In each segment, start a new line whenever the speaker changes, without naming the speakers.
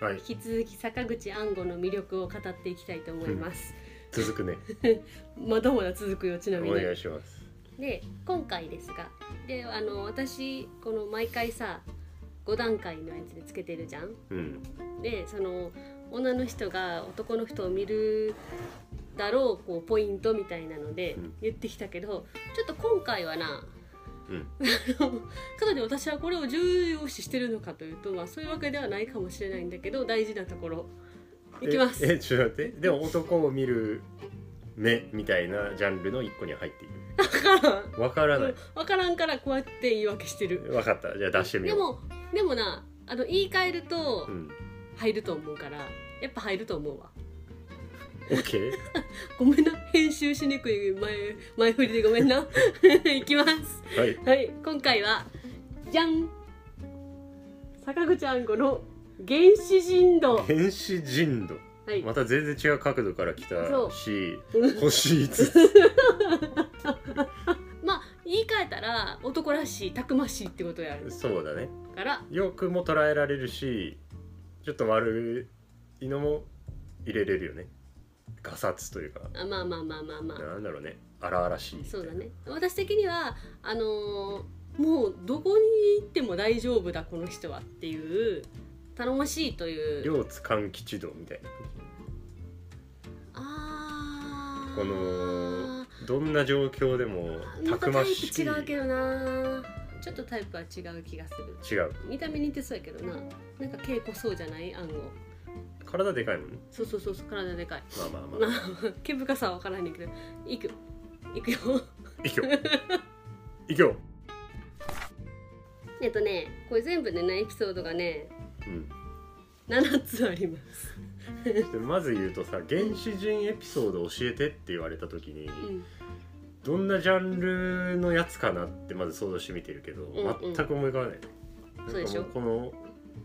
はい
引き続き坂口安吾の魅力を語っていきたいと思います。
続 くね
まだまだ続くよちな
お
みに。
願いします
で今回ですがであの私この毎回さ5段階のやつでつけてるじゃん。
うん
でその女の人が男の人を見るだろうこうポイントみたいなので
うん
言ってきたけど、ちょっと今回はな
うん
あのかといって私はこれを重要視してるのかというと、まあ、そういうわけではないかもしれないんだけど大事なところいきます
ええちょっと待ってでも男を見る目みたいなジャンルの一個に入っている
だから
わからない
分からんからこうやって言い訳してる
わかったじゃあ出してみ
で
よう
もでもなあの言い換えると
うん
入ると思うからやっぱ入ると思うわ
OK
ごめんな編集しにくい前前振りでごめんな いきます
はい
はい、今回はじゃん坂口あんこの原始人道は
原始人度
い、
また全然違う角度から来た
そう
し
うん
星5つ
まあ言い換えたら男らしいたくましいってことやる
そうだね
から
よくも捉えられるしちょっと悪いのも入れれるよねガサツというか
あまあまあまあまあまあ
なんだろうね荒々しいみたい
そう
な
だね私的にはあのーもうどこに行っても大丈夫だこの人はっていう頼もしいという
両津勘吉道みたいな
あー
このどんな状況でも
また
たく
タ
ま
イ
し
プ
く
違うけどなちょっとタイプは違う気がする
違う
見た目似てそうやけどななんか稽古そうじゃない暗号
体でかいもんね
そうそうそうそう体でかい
まあまあ
ま
まあ
あ毛深さは分からんねんけどいくいくよ
いきょ いきょ
えっとねこれ全部でねエピソードがね
うん
7つあります、
でまず言うとさ原始人エピソード教えてって言われた時に、
うん、
どんなジャンルのやつかなってまず想像してみてるけど、
んうん
全く思い浮かばない
そうでしょ
なんかもうこ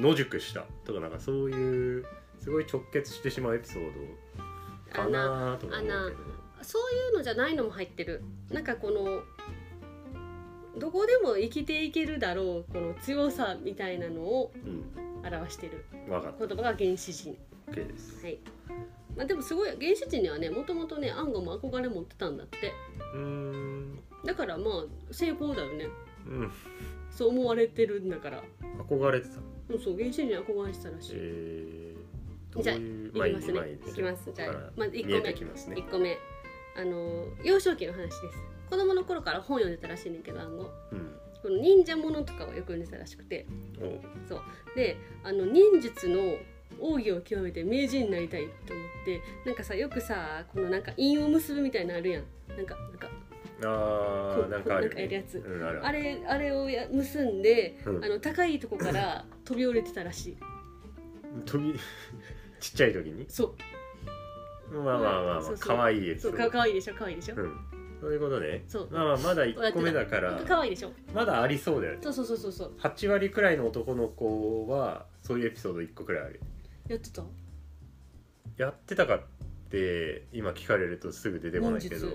の野宿したとかなんかそういうすごい直結してしまうエピソードか
あな
なとか思う
そういうのじゃないのも入ってるなんかこのどこでも生きていけるだろうこの強さみたいなのを
けどうん
表してる
分かっ
言葉が原始人
た OK です
はいまあでもすごい原始人にはねもともとね暗号も憧れ持ってたんだって
うーん
だからまあ成功だよね
うん
そう思われてるんだから
憧れてた
そうそう原始人に憧れてたらしい、
えー、
じゃあ
いう
いきますね
あいい
いきますじゃあ
だから
まず1個
見え
目
てきますね
1個目あの幼少期の話です子供の頃から本読んでたらしいねんけど暗号
うん
この忍者ものとかをよく読んでたらしくて
お
であの忍術の奥義を極めて名人になりたいと思ってなんかさよくさこのなんか韻を結ぶみたいなのあるやんなんかなんか
あ
こ
ー
う
なんかある、
こうなんかやるやつ
うん、ある
あれあれをや結んで
うん
あの高いとこから飛び降りてたらしい
飛び ちっちゃい時に
そ
まあまあまあま
そ
あ
うそう
可愛いや
う
つ
そうかかわいいでしょかわいいでしょ
うんそういうことね
そう
まあまあまだ1個目だから
かわいいでしょ
まだありそうだよね
そうそうそうそうそう
8割くらいの男の子はそういうエピソード1個くらいある
やってた
やってたかって今聞かれるとすぐ出てこないけど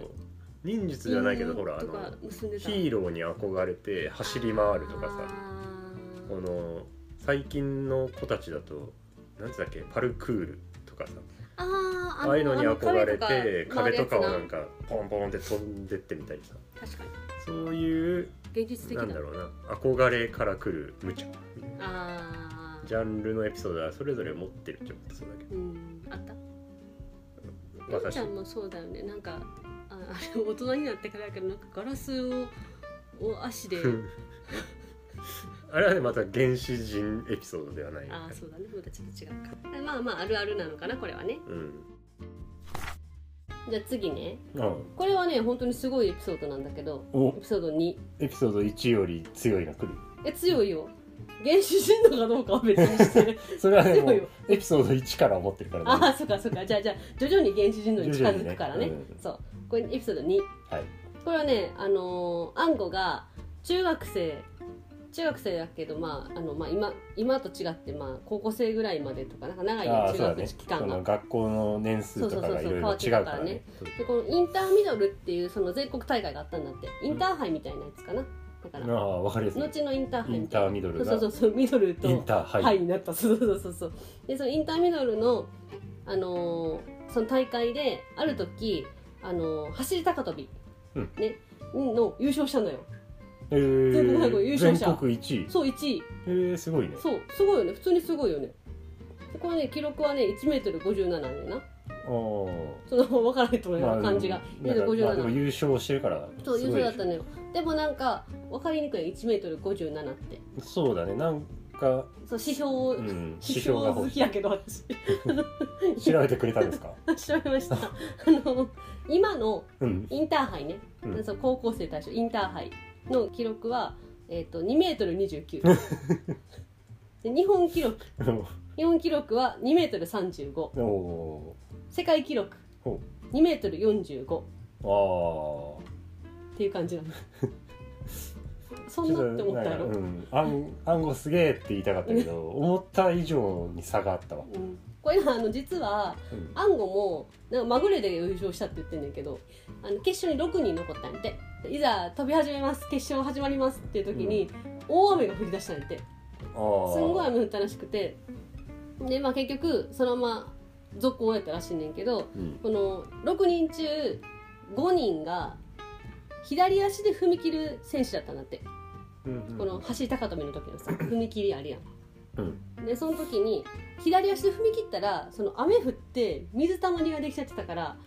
忍術じゃないけどほらあ
とか
の
結んでた
ヒーローに憧れて走り回るとかさ
あー
この最近の子たちだと何つったっけパルクールとかさ
あー
ああいうのに憧れて
あの
壁とかをな
回る
んかポンポンって飛んでってみたりさ
やつな確かに
そういう
現実的な
な
ん
だろうな憧れから来る無茶
ああ
ジャンルのエピソードはそれぞれ持ってるってことそうだけ
うんあった
ど
りょう
私
ちゃんもそうだよねなんかああれ大人になってからやけどなんかガラスをを足で
あれはねまた原始人エピソードではない
ああそうだねまたちょっと違うかまあまああるあるなのかなこれはね
うん
じゃあ次ね
あ
これはね本当にすごいエピソードなんだけど
お
エピソード2
エピソード1より強いが来る
え強いよ原始人のかどうかは別に して
それはねも
強いよ
うエピソード1から思ってるから
あ
ね
あそっかそっかじゃあじゃあ徐々に原始人のに近づくからね
徐々にねうん
そうこれエピソード2
はい
これはねあのー、アンゴが中学生中学生だけど、まああのまあ、今今と違って、まあ、高校生ぐらいまでとかなんか長いよ
ああ
中
そうだ
学
ね
期間
そ
が、
の学校の年数とかがいろいろ違うからね
でこのインターミドルっていうその全国大会があったんだってインターハイみたいなやつかな、だか
あ
ら
あ分かりやすい
後のインターハイみたい
インタ
な
ーミドルが
そうそうそうミドルと
インターハイ、
ハイになった、そうそうそうそうでそのインターミドルの、あのーその大会である時、あのー走り高跳び、
うん
ねの優勝したのよ
えー
全国大会優勝者
全国1位
そう1位
えー、すごいね
そうすごいよね普通にすごいよねでこれね記録はね 1m57 なんだよな
あ
その分からないと思
あ
うよ、
まあ
感じが
なんかまあでも
1m57
優勝してるから
そう優
すごい
勝
でし
だ
ょ
ったのよでもなんか分かりにくい 1m57 って
そうだねなんか、
そう指標を、
うん、
指
指
標
標が
好
欲
き
しい
やけど私
調べてくれたんですか
調べましたあの今の
うん
インターハイね、
うん
そう高校生対象インターハイの記録は、えー、と2メートル29 で日本記録日本記録は2メートル35
おお
世界記録
ほ
2メートル45っ
ーああ
ていう感じな のそ
ち
んな
ょ
っ
ってと
思っ
な
た
ん
や
か、
ろ、
うん、暗暗号すげえって言いたかったけど思った以上に差があったわ、
うんこれなあの実は
うん、
アンゴもなんかまぐれで優勝したって言ってんだけどあの決勝に6人残ったんやっていざ飛び始めます決勝始まりますっていう時に、大雨が降り出したんやって
あー
すんごい雨降ったらしくてでまあ結局そのまま続行やったらしいねんけど
うん、
この6人中5人が左足で踏み切る選手だったんだって
うんうん
この走り高跳びの時の さ踏み切りあるやん。
うん
でその時に左足で踏み切ったらその雨降って水たまりができちゃってたから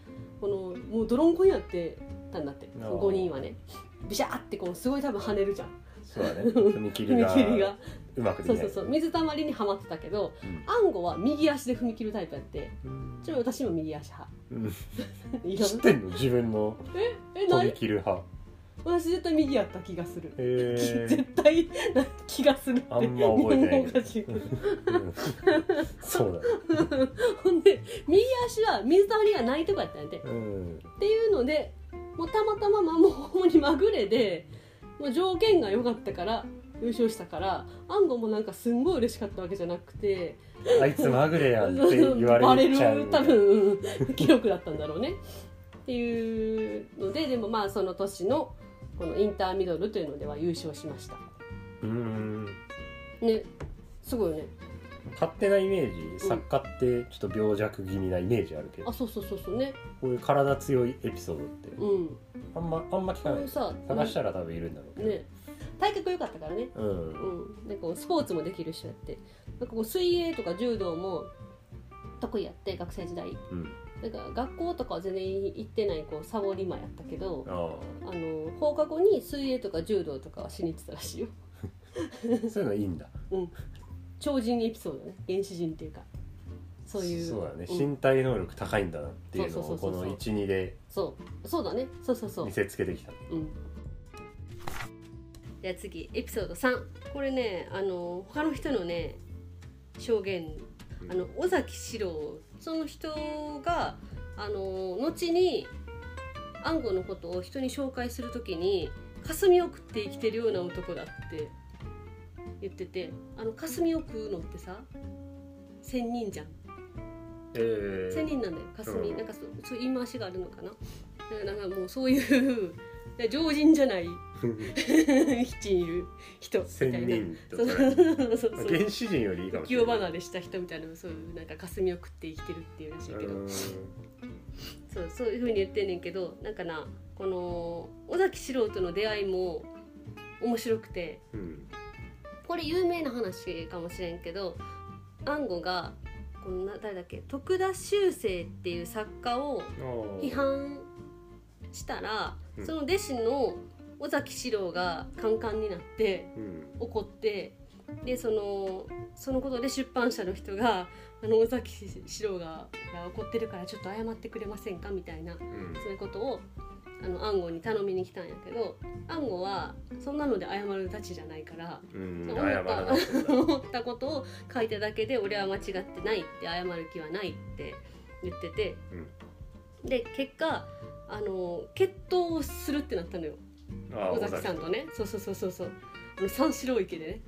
このもう泥んこになってたんだってその5人はねビシャーってこうすごい多分跳ねるじゃん
そうだね踏み切
踏
り
み
が
切りが。
うまくで
そう
きな
そう
い
そう水たまりにはまってたけど、
うん
アンゴは右足で踏み切るタイプやって
うん
ちなみに私も右足派
うん
いろ
知
ん
っ
な
てんの自分の
え
飛
何
び切る派
私絶対右やった気がする、
え
絶対な気がするって
あんま覚えてない
日本語おかしいけど
ーうんそうだね
ほんで右足は水たまりがないとこやったんやてっ
うん
ていうのでもうたまたままあもうほんまにまぐれでもう条件が良かったから優勝したからアンゴもなんかすんごい嬉しかったわけじゃなくて
あいつまぐれやんって言わ
バレ
れちゃう
る多分記録だったんだろうね。っていうのででもまあその年のこのインターミドルというのでは優勝しました。
うん
ねすごいよね。
勝手なイメージ作家ってちょっと病弱気味なイメージあるけど、
あそうそうそうそうね。
こういう体強いエピソードって
うん。
あんまあんま聞
こ
か
う
ないいう
さ
探したら多分いるんだろうけど
ね体格良かったからね。
う
うんん。でこうスポーツもできる人やってなんかこう水泳とか柔道も得意やって学生時代。
うん
なんか学校とかは全然行ってないこうサボり魔やったけど。
あ
あの放課後に水泳とか柔道とかはしに行ってたらしいよ
あ そういうのいいんだ
超人エピソードね原始人っていうかそういう
そうだね
ん
身体能力高いんだなっていうの
そう
を
そ
こ
うそうそう
の12で
そうそうだねそうそうそう
見せつけてきた
うんじゃあ次エピソード3これねあの他の人のね証言あの尾崎史郎その人があの後に安吾のことを人に紹介するときに霞を食って生きてるような男だって言っててあの霞を食うのってさ仙人じゃん
え
千
ー、
人なんだよ霞、
うん
なんかそうそう言い回しがあるのかなだからなんかもうそういう常人じゃない 基地にいる人みたいな
千人っ
そ
てこ
う
と
そうそうそ
ね
う
まあ原始人よりいいかも
浮
し
世
れな
離
い
れした人みたいなそういうなんか霞を食って生きてるっていうらしいけど、
う
そうそういうふうに言ってんねんけどなんかなこの尾崎四郎との出会いも面白くて
ーん
これ有名な話かもしれんけど安吾がこのな誰だっけ徳田修正っていう作家を
うん
批判したら、
うん
その弟子の尾崎四郎がカンカンになって
うん
怒ってでそのそのことで出版社の人があの尾崎四郎がが怒ってるからちょっと謝ってくれませんかみたいな
うん
そういうことをあの安吾に頼みに来たんやけど安吾はそんなので謝るたちじゃないから。
うん
そう
謝
思っ
らなかったん
た
だ
思ったことを書いただけで俺は間違ってないって謝る気はないって言ってて、で結果あの決闘をするってなったのよ
あー
尾崎さんとねそうそうそうそうそうあの三四郎池でね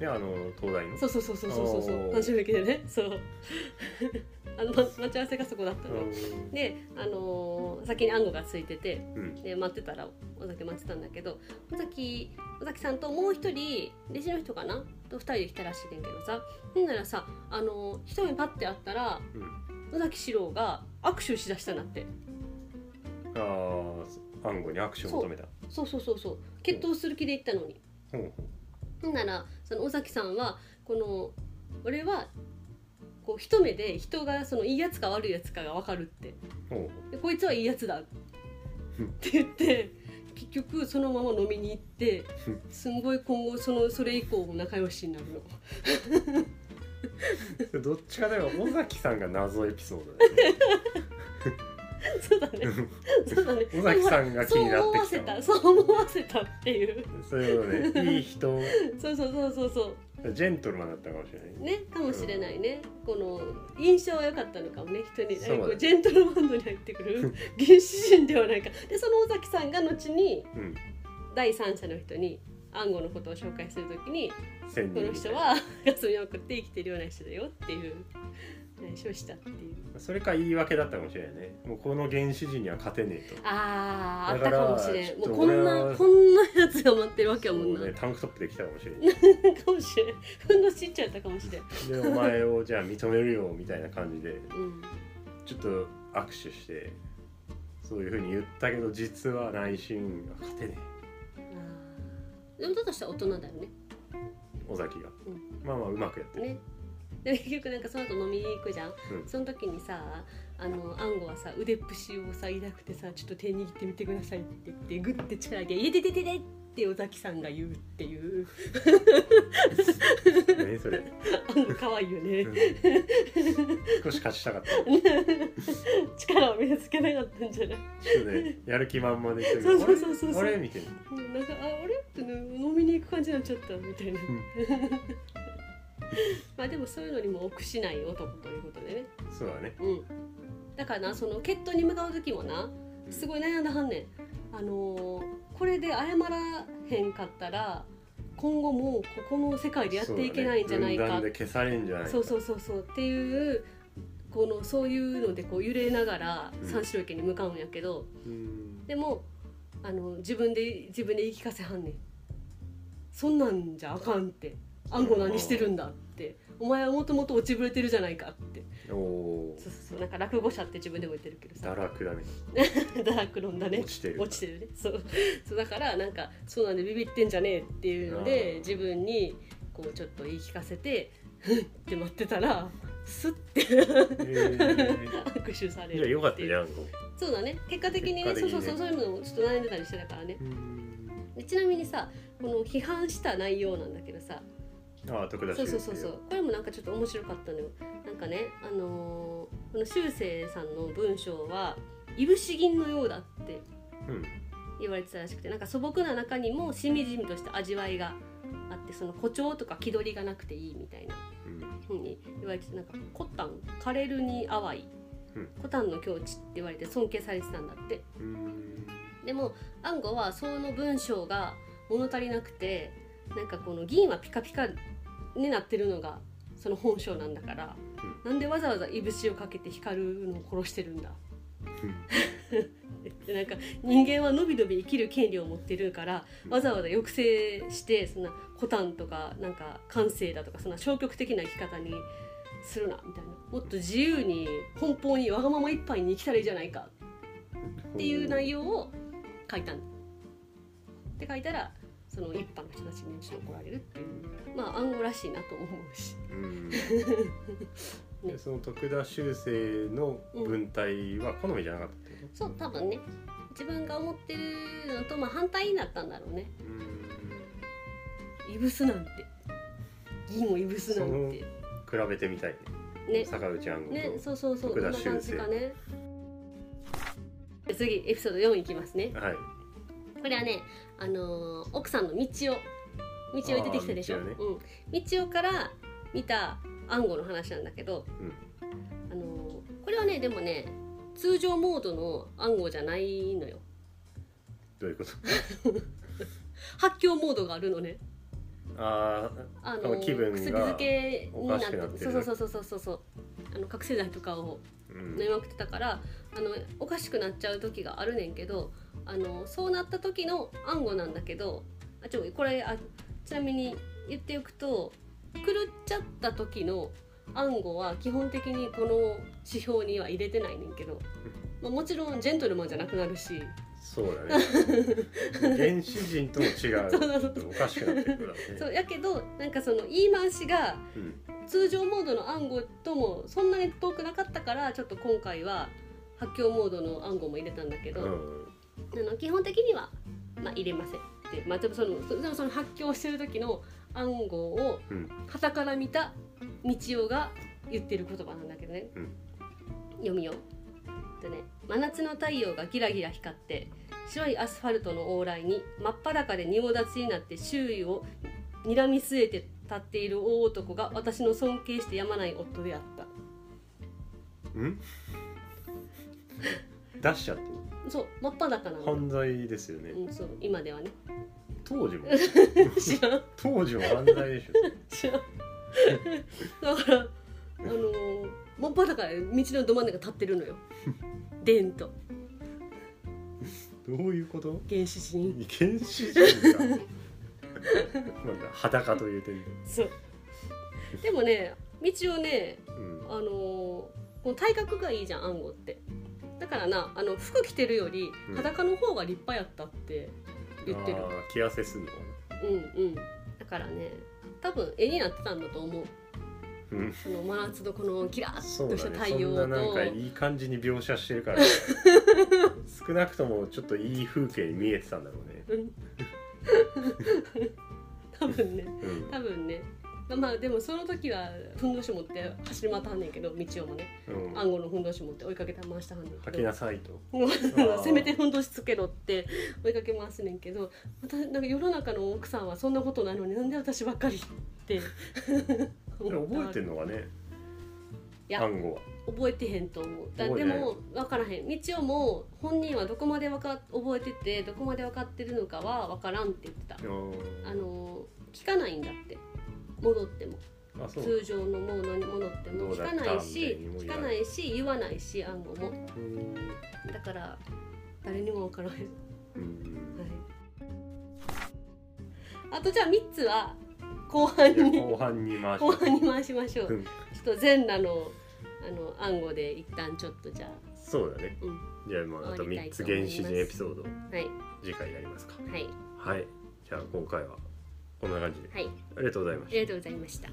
ねあの東大の
そうそうそうそうそうそうそ
お
う
ー
三四郎池でねそうあのま待ち合わせがそこだった
う
の。
ん
で、あのー先に暗号がついてて
うん
で待ってたら尾崎待ってたんだけど尾崎尾崎さんともう一人弟子の人かなと二人で来たらしいねんけどさほんならさ、あのー一目パッて会ったら
うん
尾崎四郎が握手しだしたなって
ああ暗号にアクションを求めた
そうそうそうそう決闘する気で行ったのに。
ほう
ほんならその尾崎さんはこの俺はこう一目で人がそのいいやつか悪いやつかが分かるって
ほうほう
でこいつはいいやつだっ
うん
て言って結局そのまま飲みに行って
うん
すんごい今後そのそれ以降も仲良しになるの
ほうどっちかでも尾崎さんが謎エピソードだ よね
そうだねそうだね
尾崎さんが気になって
そう
き
思わせたそう
た
思わせたっていう
そういうことねいい人
そうそうそうそうそ
ジェントルマンだったかもしれないう
ねかもしれないねこの印象は良かったのかもね人に
そうだね
こうジェントルマンドに入ってくる原始人ではないかでその尾崎さんが後に
うん
第三者の人に暗号のことを紹介するときに
千
こ
人
の
みた
人
いな
は休みを送って生きてるような人だよっていう話をしたっていう
それか言い訳だったかもしれないねもうこの原始人には勝てねえと
あーあっ
だ
た
か
からもしれんもう
ちょっと
こん
俺
な
は
こんなやつが待ってるわけやもんな、
そうねタンクトップで来たかもしれない
かもしれんふんどしいっちゃったかもしれん、
でお前をじゃあ認めるよみたいな感じで
うん、
ちょっと握手してそういうふうに言ったけど実は内心が勝てね
あーでもだとしたら大人だよね
え尾崎が、
う
まあまあうまくやってる、
ねで結局なんかその後飲みに行くじゃん、
うん
その時にさあのアンゴはさ腕っぷしをさ抱くてさちょっと手握ってみてくださいって言ってグッて力で「いでてててて」って尾崎さんが言うっていう
何それ、
アンゴ可愛いよね
うん少し勝ちたかった
力を見つけなかったんじゃない
ちょっとねやる気満々で言って
そうそうそうそう
あれあれみたいな
うんなんかあ俺ってね飲みに行く感じになっちゃったみたいな まあでもそういうのにも臆しない男ということでね
そうだね
うんだからなその決闘に向かう時もな
うん
すごい悩んだはんねんあのーこれで謝らへんかったら今後もうここの世界でやっていけないんじゃない
そうだ
か
ね分断で消されんじゃないか
そうそうそうそうっていうこのそういうのでこう揺れながら
うん
三四郎家に向かうんやけど、
うん
でもあの自分で自分で言い聞かせはんねんそんなんじゃあかんって暗号何してるんだってお前はもともと落ちぶれてるじゃないかって
おお
そうそうそうなんか落語者って自分でも言ってるけどさ
堕落だね
堕落論だね
落ちてる
落ちてるねそうそうだからなんかそうなんでビビってんじゃねえっていうので
あー
自分にこうちょっと言い聞かせてふんって待ってたらスッて
え
握手され
ー、い
る
やよかった
てい
じ
う
ゃんこ
そうだね結果的にね
結
そ
果的にね
うそうそうそういうのもちょっと悩んでたりしてたからねでちなみにさこの批判した内容なんだけどさ
ああ徳田
そう
新
そうそ
平
うそうこれもなんかちょっと面白かったのよなんかねあのーこの修正さんの文章はいぶし銀のようだって
うん
言われてたらしくてなんか素朴な中にもしみじみとした味わいがあってその誇張とか気取りがなくていいみたいな
うん
ふうに言われててなんか「コタン枯れるに淡い」
うん
コタンの境地」って言われて尊敬されてたんだって
うん
でも暗号はその文章が物足りなくてなんかこの銀はピカピカになってるのがその本性なんだから、なんでわざわざいぶしをかけて光るのを殺してるんだでなんか人間はのびのび生きる権利を持ってるから
うん
わざわざ抑制してそんなコタンとかなんか感性だとかそんな消極的な生き方にするなみたいなもっと自由に奔放にわがまま一杯に生きたらいいじゃないかっていう内
容
容を書いたんって書いたらその一般の人たちにちょっと怒られるっていうまあ暗号らしいなと思うし
うんでその徳田修正の文体は好みじゃなかったってこ
そう多分ね自分が思ってるのとまあ反対になったんだろうね
とうん
いぶすなんて銀をいぶすなんて
比べてみたいね
ね
坂口安吾
ね
と
そうそうそうこ
徳
ん
田
な感じ
修正
かね次エピソード4いきますね
はい
これはね、あのー奥さんの道夫道夫出てきたでしょ
あー道
うん、道夫から見た暗号の話なんだけど、あのーこれはねでもね通常モードの暗号じゃないのよ
どうい うこと
発狂モードがあるのね
ああ
あの
あの気分が
薬漬けになって
おかしくなってる
そうそうそうそうそうそうあの覚醒剤とかを
うん
飲みまくってたからあのおかしくなっちゃう時があるねんけどあのそうなった時の暗号なんだけどあちょこれあちなみに言っておくと狂っちゃった時の暗号は基本的にこの指標には入れてないねんけど、まあ、もちろんジェントルマンじゃなくなるし
そう だね原始人とも違う
そうそうそう
おかしくなってくるからね
そうやけどなんかその言い回しが
うん
通常モードの暗号ともそんなに遠くなかったからちょっと今回は発狂モードの暗号も入れたんだけど。
うん
あの基本的には、まあ、入れませんで、まあ、でもそのそでもその発狂してる時の暗号を
うん
傍から見た道夫が言ってる言葉なんだけどね、
うん
読みようとね「真夏の太陽がギラギラ光って白いアスファルトの往来に真っ裸で仁王立ちになって周囲を睨み据えて立っている大男が私の尊敬してやまない夫であった」
うん出しちゃってる
そう真っ裸なの、
犯罪ですよね
うん、そう今では ね
当時 も
知らん
当時も犯罪でしょ
違うだからあのー、真っ裸で道のど真ん中立ってるのよデンと
どういうこと
原始人
原始人 かなんだ裸という点で、
そうでもね道をね
うん、
あのー、この体格がいいじゃん暗号ってだからなあの服着てるより
うん
裸の方が立派やったって言ってる
あ、ー着痩せすんのか
うん、うんだからね多分絵になってたんだと思う
なうん
その真夏のこのキラ
そう
ッと
だね
した太
そん
陽
な
と、
なんかいい感じに描写して るから少なくともちょっといい風景に見えてたんだろう
う
ね、
ん 多分ね
うん
多分ねまあまあでもその時はふんどし持って走り回ったはんねんけど道をもね
うん、
暗号のふんどし持って追いかけて回したはんねん
履
け
き
ど
なさいと
もう
ー
せめてふんどしつけろって追いかけ回すねんけど私なんか世の中の奥さんはそんなことないのになんで私ばっかりって
それ覚えて
る
んのがね
いや
暗号は
覚えてへんと思うだ
覚え
で
てない
も分からへん道をも本人はどこまでわか覚えててどこまで分かってるのかは分からんって言ってたあのー聞かないんだって戻っても
ああそう
通常のモードに戻っても
どう
聞
だっ
か
た
ないし
みたいにも
聞
言わ
か
な
ないいし言わないし暗号も
うん
だから誰にも分からへん、はい、
うん
あとじゃあ3つは後半
いや
に
後半に回し
後半に回しましょう、
うん
ちょっと全裸のあの暗号で一旦ちょっとじゃ
そうだね、
うん
じゃあまああと
終わ
3
り
つ
たいと思い
原
ます
始人エピソード
あはい
次回やりますか
はい
はいじゃあ今回はこんな感じで
はい
ありがとうございました
ありがとうございました